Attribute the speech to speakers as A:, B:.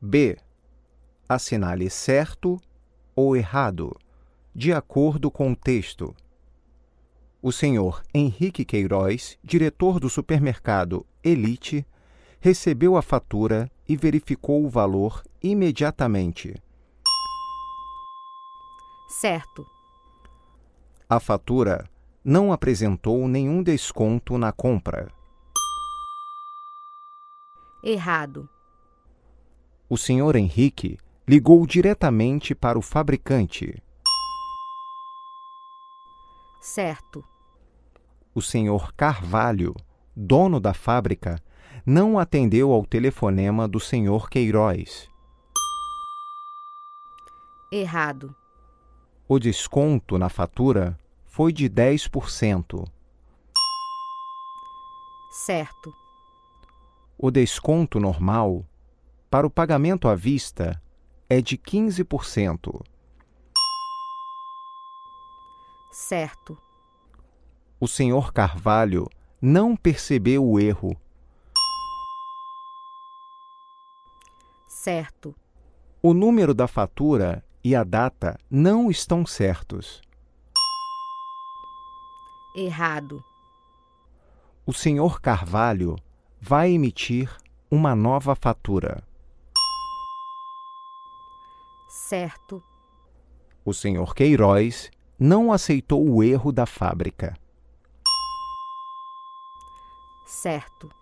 A: B. Assinale certo ou errado, de acordo com o texto. O senhor Henrique Queiroz, diretor do supermercado Elite, recebeu a fatura e verificou o valor imediatamente.
B: Certo.
A: A fatura não apresentou nenhum desconto na compra.
B: Errado.
A: O senhor Henrique ligou diretamente para o fabricante.
B: Certo.
A: O senhor Carvalho, dono da fábrica, não atendeu ao telefonema do senhor Queiroz.
B: Errado.
A: O desconto na fatura foi de 10%.
B: Certo.
A: O desconto normal para o pagamento à vista é de 15%.
B: Certo.
A: O senhor Carvalho não percebeu o erro.
B: Certo.
A: O número da fatura e a data não estão certos.
B: Errado.
A: O senhor Carvalho vai emitir uma nova fatura.
B: Certo.
A: O senhor Queiroz não aceitou o erro da fábrica.
B: Certo.